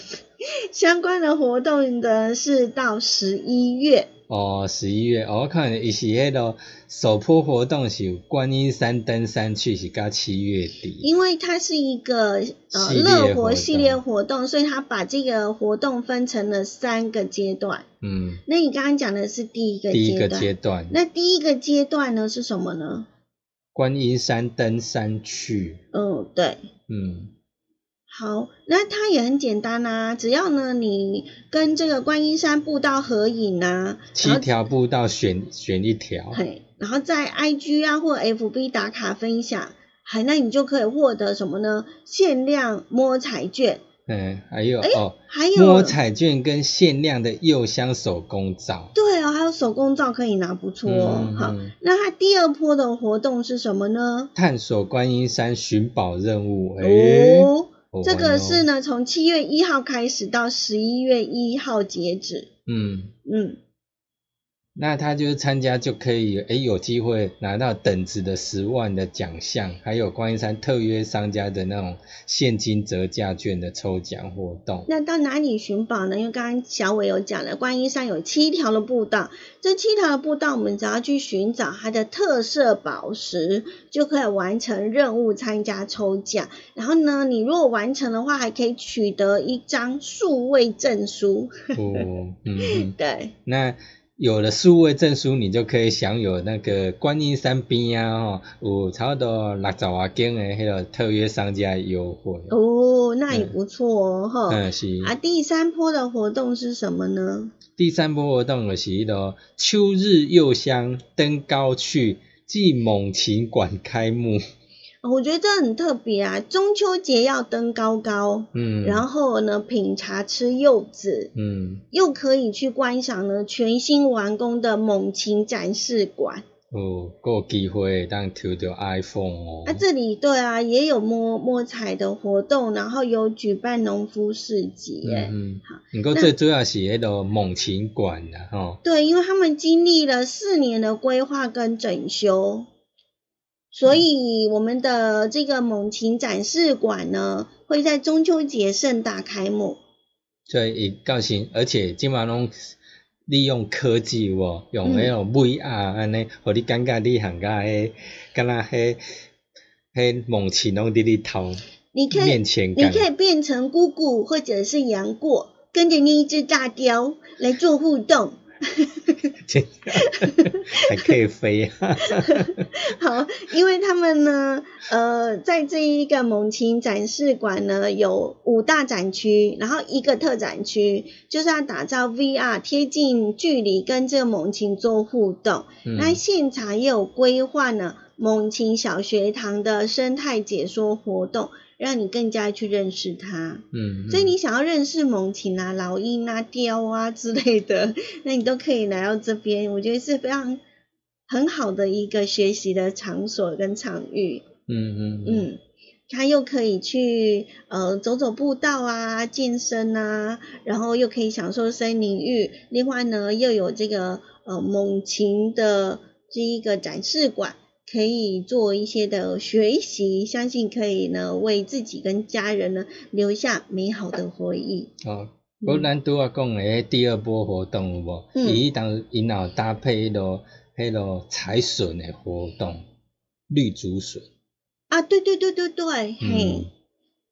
相关的活动的是到十一月，
哦，十一月，哦，我看伊是迄个首波活动是有观音山登山去是到七月底，
因为它是一个呃
系列
乐
活
活
动
系列活动，所以它把这个活动分成了三个阶段。
嗯，
那你刚刚讲的是第一个
第一
阶
个
段，
阶段，
那第一个阶段呢是什么呢？
观音山登山去，
嗯，对，
嗯。
好，那它也很简单啊，只要呢你跟这个观音山步道合影啊，
七条步道选选一条，
嘿，然后在 IG 啊或 FB 打卡分享，还那你就可以获得什么呢？限量摸彩券，
嗯，还有、
哎
哦，
还有
摸彩券跟限量的柚香手工皂，
对哦，还有手工皂可以拿，不错哦。
嗯
好
嗯，
那它第二波的活动是什么呢？
探索观音山寻宝任务，哎、
哦，
好玩哦
这个是，呢，从七月一号开始到十一月一号截止。
嗯，
嗯，
那他就是参加就可以，哎、有机会拿到等值的十万的奖项，还有观音山特约商家的那种现金折价券的抽奖活动，
那到哪里寻宝呢？因为刚刚小伟有讲了，观音山有七条的步道，这七条的步道，我们只要去寻找它的特色宝石，就可以完成任务，参加抽奖。然后呢，你如果完成的话，还可以取得一张数位证书。
哦，嗯哼。
对，
那有了数位证书，你就可以享有那个观音山边啊，吼，有差不多六十外间的迄个特约商家的优惠。
哦，那也
嗯
不错哦，哈、
嗯，是。
啊，第三波的活动是什么呢？
第三波活动就是迄个秋日柚香登高去，暨猛禽馆开幕。
哦我觉得这很特别啊，中秋节要登高高，
嗯，
然后呢品茶吃柚子，
嗯，
又可以去观赏呢全新完工的猛禽展示馆。
有够机会当抽到 iPhone 哦。
啊，这里对啊，也有摸摸彩的活动，然后有举办农夫市集耶。
嗯
好
哼，不过最主要是迄个猛禽馆啦，吼。
对，因为他们经历了四年的规划跟整修，所以我们的这个猛禽展示馆呢，会在中秋节盛大开幕。
所以伊到时，呃而且即嘛拢利用科技有无，用迄种 VR 安尼，互你感觉你行甲迄，敢若迄迄猛禽拢伫你头
你可以
面前
你
干。
可以变成姑姑或者是杨过，跟着那一只大雕来做互动，
真的还可以飞啊！
好，因为他们呢，呃，在这一个猛禽展示馆呢，有五大展区，然后一个特展区，就是要打造 VR 贴近距离跟这个猛禽做互动。
嗯
那现场也有规划呢，猛禽小学堂的生态解说活动，让你更加去认识它。
嗯，
所以你想要认识猛禽啊、老鹰啊、雕啊之类的， 那你都可以来到这边，我觉得是非常很好的一个学习的场所跟场域。
嗯嗯嗯
嗯，它又可以去呃走走步道啊、健身啊，然后又可以享受森林浴，另外呢又有这个呃猛禽的这一个展示馆。可以做一些的学习，相信可以呢，为自己跟家人呢留下美好的回忆。
哦，我咱拄啊讲诶，第二波活动有无？
嗯
伊迄当因也有搭配迄落迄落采笋诶活动，绿竹笋。
啊，对对对对对，
嗯
嘿，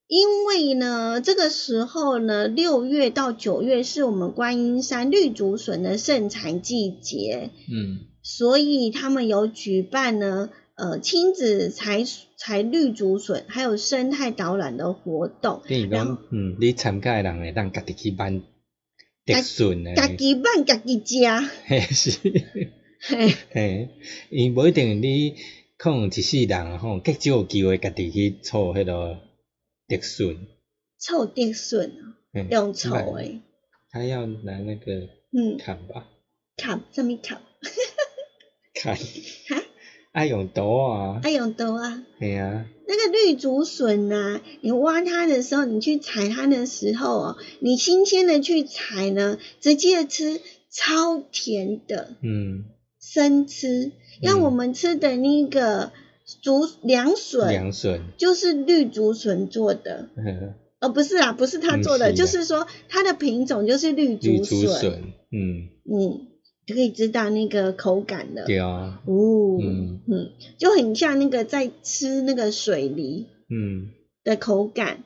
因为呢，这个时候呢，六月到九月是我们观音山绿竹笋的盛产季节，
嗯
所以他们有举办呢，呃，亲子采采绿竹笋，还有生态导览的活动，
等于
然后
讲，嗯，你参加诶人会当家己去挽竹笋
家
诶，
己办家己家，
嘿是，
嘿，
嘿，伊无一定你可能一世人吼，极少有机会家己去凑迄落竹笋。
臭竹笋，哦
嘿
用臭
那
诶，
他要拿那个
嗯，
砍吧，
砍上面砍，
砍， 爱用刀啊，
哎呦，刀啊。
嘿啊，
那个绿竹笋呐、你挖它的时候，你去采它的时候哦，你新鲜的去采呢，直接吃超甜的，
嗯，
生吃。像我们吃的那个竹凉笋，
凉笋，
就是绿竹笋做的，
嗯，
哦，不是啊，不是它做
嗯
的，
是啊
就是说它的品种就是绿
绿
竹
竹
笋，
笋，嗯，
嗯，就可以知道那个口感了。
对啊，
哦，
嗯
嗯，就很像那个在吃那个水梨。
嗯，
的口感，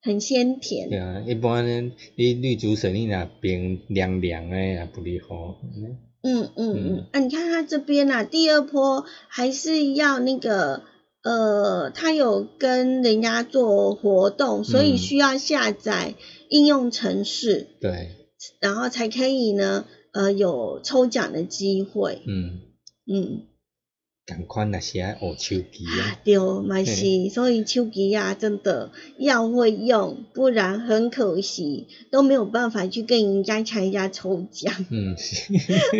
很鲜甜。
对啊，一般呢，你绿竹笋你若冰凉凉诶，也不离好，嗯
嗯嗯
嗯
嗯，啊，你看它这边啊，第二波还是要那个呃，它有跟人家做活动，所以
嗯
需要下载应用程式，
对，
然后才可以呢，呃，有抽奖的机会。
嗯，
嗯，
同款也是爱学手机
啊
啊，，
对，嘛是，所以手机啊，真的要会用，不然很可惜，都没有办法去跟人家参加抽奖。
嗯， 是，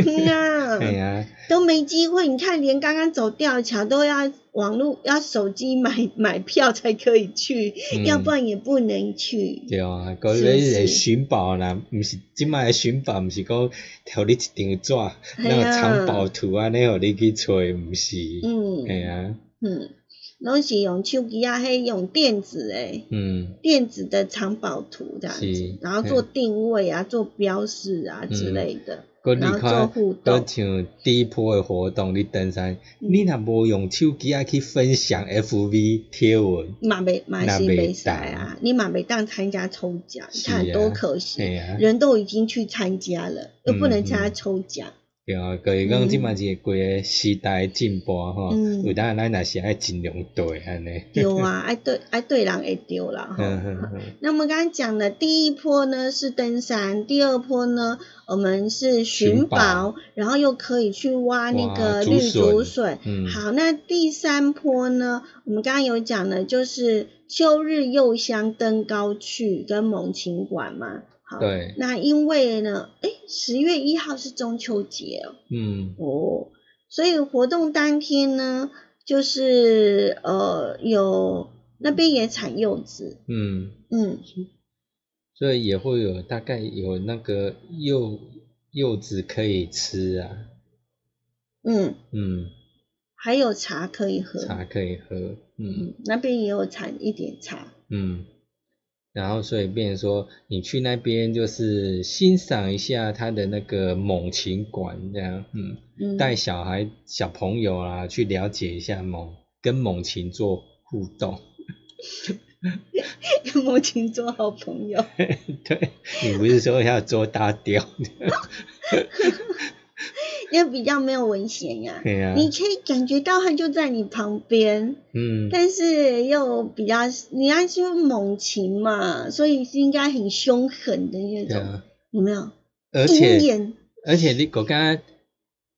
嗯啊，
嘿啊，
都没机会。你看，连刚刚走吊桥都要网络、要手机买买票才可以去，
嗯
要不然也不能去。
对啊，嗰
是
个
是
个寻宝啦，毋是即摆诶寻宝，毋是讲互你一张纸，
嘿
那个
啊
藏宝图安尼，互你去找，毋是，
嗯
嘿啊，
嗯，拢是用手机啊，还用电子诶，
嗯
电子的藏宝图这样
是嗯
子，然后做定位啊、做标示啊之类的，
佮你
然后做
看，
互动嗯
佮。像第一波诶活动，你登山，你若无用手机啊去分享 FV 贴文，
嘛没嘛
那
是
不
没赛
能
啊，你嘛没当参加抽奖，你
是
看多
啊
可惜，
嘿啊，
人都已经去参加了，又不能参加
嗯嗯
抽奖。
对啊，就是讲即摆是规个时代的进步吼，
嗯
有当咱也是爱尽量对安尼，
丢啊，爱对爱对人会丢啦哈。
嗯嗯嗯
那么刚刚讲的第一波呢是登山，第二波呢我们
寻
是寻
宝
宝，然后又可以去挖那
哇
个
竹
绿
笋
竹笋。
嗯
好，那第三波呢，我们刚刚有讲的就是秋日柚香登高去跟猛禽馆嘛。好，
嗯对，
那因为呢，诶，十月一号是中秋节哦。
嗯
哦，所以活动当天呢，就是呃有那边也产柚子，
嗯。
嗯，
所以也会有大概有那个柚柚子可以吃啊，
嗯，
嗯，
还有茶可以喝，
茶可以喝，嗯
嗯，那边也有产一点茶，
嗯，然后所以变成说你去那边就是欣赏一下它的那个猛禽馆这样，嗯，
嗯，
带小孩小朋友啊去了解一下猛跟猛禽做互动，
跟母亲做好朋友，
对你不是说要做大雕，
那比较没有危险呀、
嘿啊，
你可以感觉到它就在你旁边，
嗯，
但是又比较，你看就是猛禽嘛，所以是应该很凶狠的那
对
种，
啊，
有没有？
而
鹰
且哦
眼，
而且你国家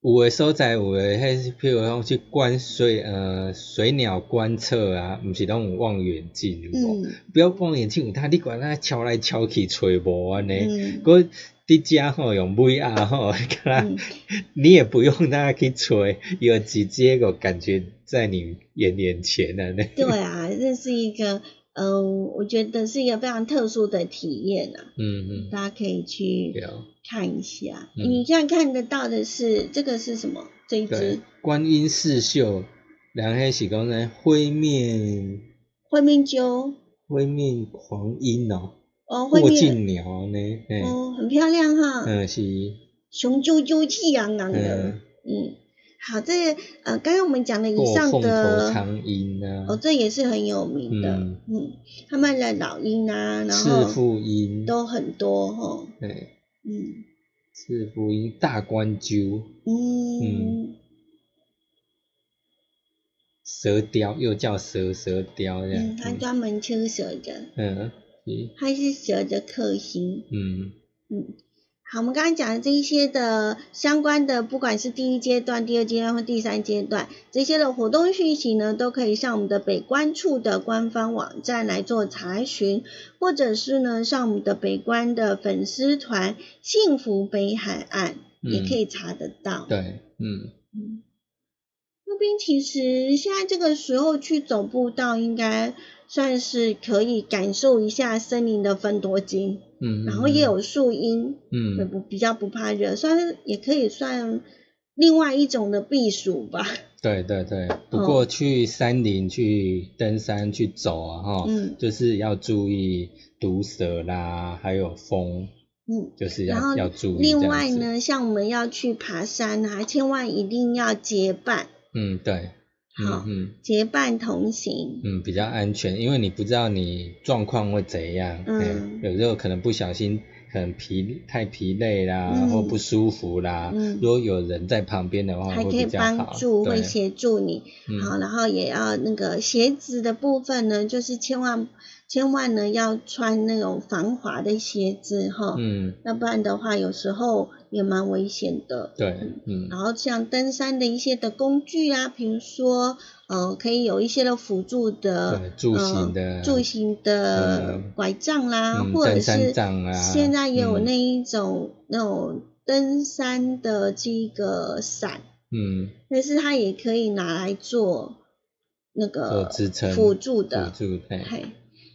有诶所在有诶，迄譬如讲去观水呃水鸟观测啊，毋是拢有望远镜有无？
嗯
不要望远镜有它，你管它敲来敲去啊揣无安尼，
嗯
佮伫遮吼用 VR 吼， 敢若
嗯，
你也不用那去吹，有直接个感觉在你眼眼前的、啊、那。
对啊，这是一个，嗯、我觉得是一个非常特殊的体验啊，
嗯嗯，
大家可以去
对哦，
看一下。
嗯
你现在看得到的是这个是什么？这一
对
只，
观音四秀，然后是讲呢，灰面
灰面鸠
灰面狂鹰哦，
哦，灰
过
面
境鸟呢，嘿
哦，很漂亮哈，
嗯是，
雄赳赳气昂昂的
嗯，，
嗯。好，这呃，刚刚我们讲的以
过
上
凤头
的
苍鹰啊
哦，，这也是很有名的，
嗯
嗯他们的老鹰啊，然
赤
后
腹鹰，
都很多哈、哦，
对，
嗯
赤腹鹰大冠鸠，嗯
嗯
蛇雕又叫蛇蛇雕这样
嗯，，它
嗯
专门吃蛇的，
嗯是
它是蛇的克星，
嗯。
嗯。好，我们刚刚讲的这一些的相关的，不管是第一阶段、第二阶段或第三阶段，这些的活动讯息呢，都可以上我们的北关处的官方网站来做查询，或者是呢上我们的北关的粉丝团“幸福北海岸”也
嗯
可以查得到。
对，嗯，
嗯，那边其实现在这个时候去走步道，应该算是可以感受一下森林的芬多精，
嗯，
然后也有树荫，也
嗯，
不比较不怕热，算是也可以算另外一种的避暑吧。
对对对。不
嗯
过去山林、去登山、去走啊，哈，
嗯
就是要注意毒蛇啦，还有风，
嗯。
就是
然后
要要注意。
另外，呢，像我们要去爬山啊，千万一定要结伴，
嗯，对，嗯
好
嗯
结伴同行。
嗯，比较安全，因为你不知道你状况会怎样，
嗯
嘿有时候可能不小心。很疲太疲累啦，
嗯
或不舒服啦。
嗯
如果有人在旁边的话，
还
哦会
可以
比较
帮
好
助，会
对
协助你，
嗯
好，然后也要那个鞋子的部分呢，就是千万千万呢要穿那种防滑的鞋子哈，
嗯，
要不然的话有时候也蛮危险的。
对，嗯
然后像登山的一些的工具啊，比如说呃，可以有一些的辅助
对
的
助行的
呃、助行的
嗯
拐杖啦，
嗯
或者
登山
是
杖啊
现在也有
嗯
那一种、那种登山的这个伞。
嗯，
但是它也可以拿来做那
做
个
支撑
辅助
辅
的。
助嘿，
嘿，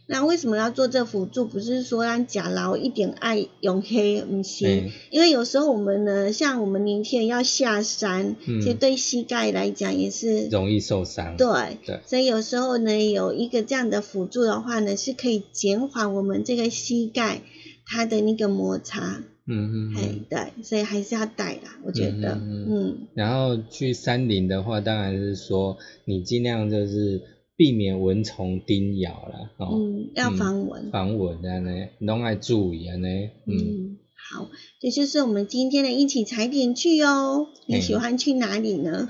那为什么要做这辅助？不是说让假劳一点爱用黑，不是、
嘿
因为有时候我们呢，像我们年轻人要下山，
嗯
其实对膝盖来讲也是
容易受伤。
对。
对，
所以有时候呢，有一个这样的辅助的话呢，是可以减缓我们这个膝盖它的那个摩擦，
嗯嗯
嘿
嗯。，
对，所以还是要带啦，我觉得，
嗯嗯嗯
嗯
然后去山林的话，当然是说你尽量就是避免蚊虫叮咬啦，哦，
嗯，要
嗯
防蚊。
防蚊啊呢，拢爱注意啊呢，嗯，
嗯，好，这就是我们今天的一起踩点去哦。你喜
嘿
欢去哪里呢？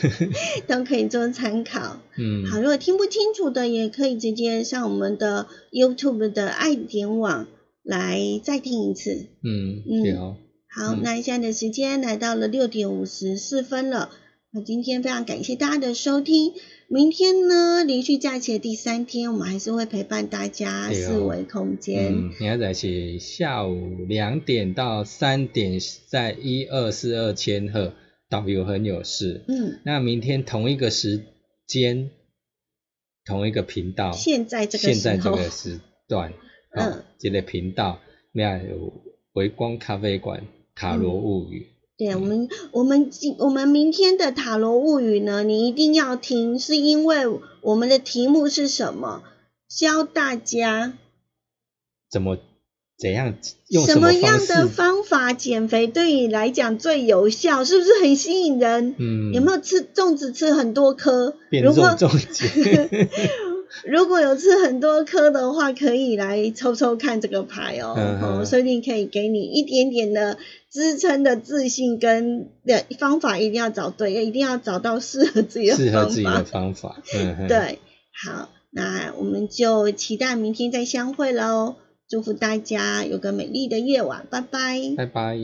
都可以做参考。
嗯，
嗯好，如果听不清楚的，也可以直接上我们的 YouTube 的爱点网来再听一次。
嗯，
嗯
对哦，
好，
嗯
那现在的时间来到了六点五十四分了。那今天非常感谢大家的收听。明天呢，连续假期的第三天，我们还是会陪伴大家
对
四
哦
维空间。
嗯，明仔是下午两点到三点，在一二四二千赫，导游很有事。
嗯，
那明天同一个时间，同一个频道，
现在这个
现在
时
这
候，
个时段，
嗯
哦，这个频道，那有微光咖啡馆、塔罗物语，
对我们，我们今我们明天的塔罗物语呢，你一定要听，是因为我们的题目是什么？教大家
怎么怎样用
什
么
么样的
式？
方法减肥对你来讲最有效，是不是很吸引人？
嗯，
有没有吃粽子吃很多颗？
变
如
肉
果
重节？
如果有吃很多颗的话，可以来抽抽看这个牌哦，
嗯哼
哦，说不定可以给你一点点的支撑的自信跟的方法，一定要找对，一定要找到适合自己的
适合
方
自己
法
的。方法。嗯哼，
对，好，那我们就期待明天再相会喽。祝福大家有个美丽的夜晚，拜拜。
拜拜。